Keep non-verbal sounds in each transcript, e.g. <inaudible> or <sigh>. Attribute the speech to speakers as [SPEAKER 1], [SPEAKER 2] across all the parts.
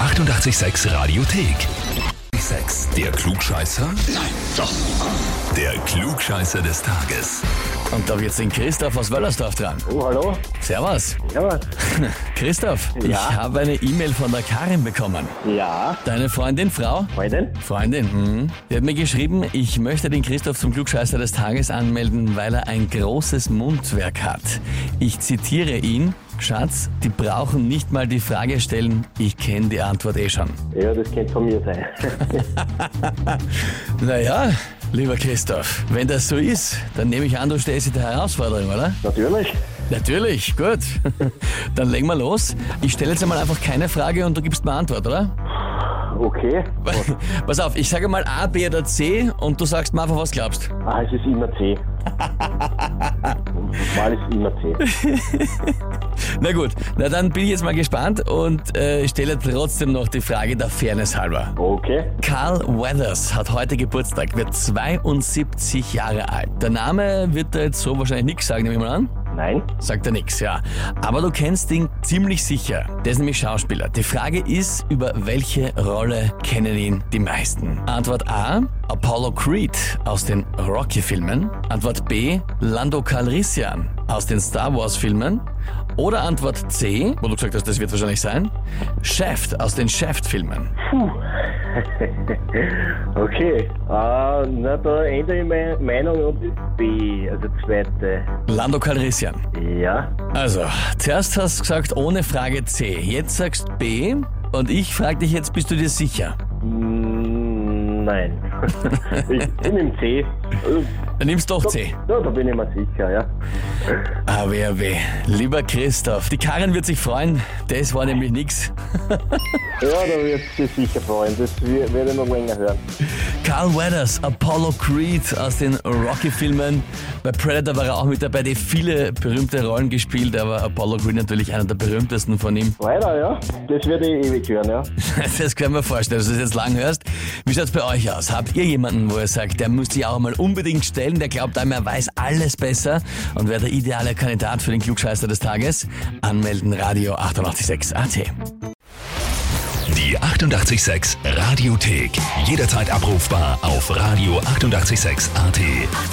[SPEAKER 1] 886 Radiothek. 886, Der Klugscheißer? Nein, doch. Der Klugscheißer des Tages.
[SPEAKER 2] Und da wird's den Christoph aus Wöllersdorf dran.
[SPEAKER 3] Oh, hallo?
[SPEAKER 2] Servus.
[SPEAKER 3] Ja,
[SPEAKER 2] Christoph, ich
[SPEAKER 3] Ja?
[SPEAKER 2] habe eine E-Mail von der Karin bekommen.
[SPEAKER 3] ja.
[SPEAKER 2] Deine Freundin, Frau?
[SPEAKER 3] Freundin?
[SPEAKER 2] Freundin, hm. Die hat mir geschrieben, ich möchte den Christoph zum Klugscheißer des Tages anmelden, weil er ein großes Mundwerk hat. Ich zitiere ihn, Schatz, die brauchen nicht mal die Frage stellen, ich kenne die Antwort eh schon.
[SPEAKER 3] Ja, das könnte von mir sein.
[SPEAKER 2] Naja, lieber Christoph, wenn das so ist, dann nehme ich an, du stellst dir die Herausforderung, oder?
[SPEAKER 3] <laughs> Natürlich.
[SPEAKER 2] Natürlich, gut. Dann legen wir los. Ich stelle jetzt einmal einfach keine Frage und du gibst mir Antwort, oder?
[SPEAKER 3] Okay.
[SPEAKER 2] <laughs> Pass auf, ich sage mal A, B oder C und du sagst mir einfach, was glaubst.
[SPEAKER 3] Ah, es ist immer C. Mal ist immer C.
[SPEAKER 2] Na gut, na dann bin ich jetzt mal gespannt und äh, stelle trotzdem noch die Frage der Fairness halber.
[SPEAKER 3] Okay.
[SPEAKER 2] Carl Weathers hat heute Geburtstag, wird 72 Jahre alt. Der Name wird er jetzt so wahrscheinlich nichts sagen, nehme ich mal an.
[SPEAKER 3] Nein.
[SPEAKER 2] Sagt er nix, ja. Aber du kennst ihn ziemlich sicher. Der ist nämlich Schauspieler. Die Frage ist, über welche Rolle kennen ihn die meisten? Antwort A, Apollo Creed aus den Rocky-Filmen. Antwort B, Lando Calrissian aus den Star Wars-Filmen. Oder Antwort C, wo du gesagt hast, das wird wahrscheinlich sein, Shaft aus den Shaft-Filmen.
[SPEAKER 3] Okay. Ah, na, da ändere ich meine Meinung und ist B, also zweite.
[SPEAKER 2] Lando Calrissian.
[SPEAKER 3] Ja.
[SPEAKER 2] Also, zuerst hast du gesagt, ohne Frage C. Jetzt sagst B. Und ich frage dich jetzt, bist du dir sicher?
[SPEAKER 3] Mm, Nein. <laughs> Ich bin im C. Äh,
[SPEAKER 2] Dann nimmst doch C.
[SPEAKER 3] Ja, da bin ich mir sicher, ja.
[SPEAKER 2] AW, AW. ah, Lieber Christoph, die Karin wird sich freuen. Das war nämlich nix.
[SPEAKER 3] Ja, da wird sie sicher freuen. Das wi- werde ich noch länger hören.
[SPEAKER 2] Carl Weathers, Apollo Creed aus den Rocky-Filmen. Bei Predator war er auch mit dabei, der viele berühmte Rollen gespielt, aber Apollo Creed natürlich einer der berühmtesten von ihm. <laughs>
[SPEAKER 3] Weiter, ja? Das werde ich ewig hören, ja.
[SPEAKER 2] Das können wir vorstellen, dass du das jetzt lang hörst. Wie schaut's bei euch aus? Habt ihr jemanden, wo ihr sagt, der müsst ihr auch mal unbedingt stellen, der glaubt einem, er weiß alles besser und wäre der ideale Kandidat für den Klugscheißer des Tages? Anmelden Radio 886 AT.
[SPEAKER 1] Die 886 Radiothek. Jederzeit abrufbar auf radio886.at. 886!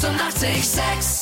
[SPEAKER 4] Eighty-eight, sex.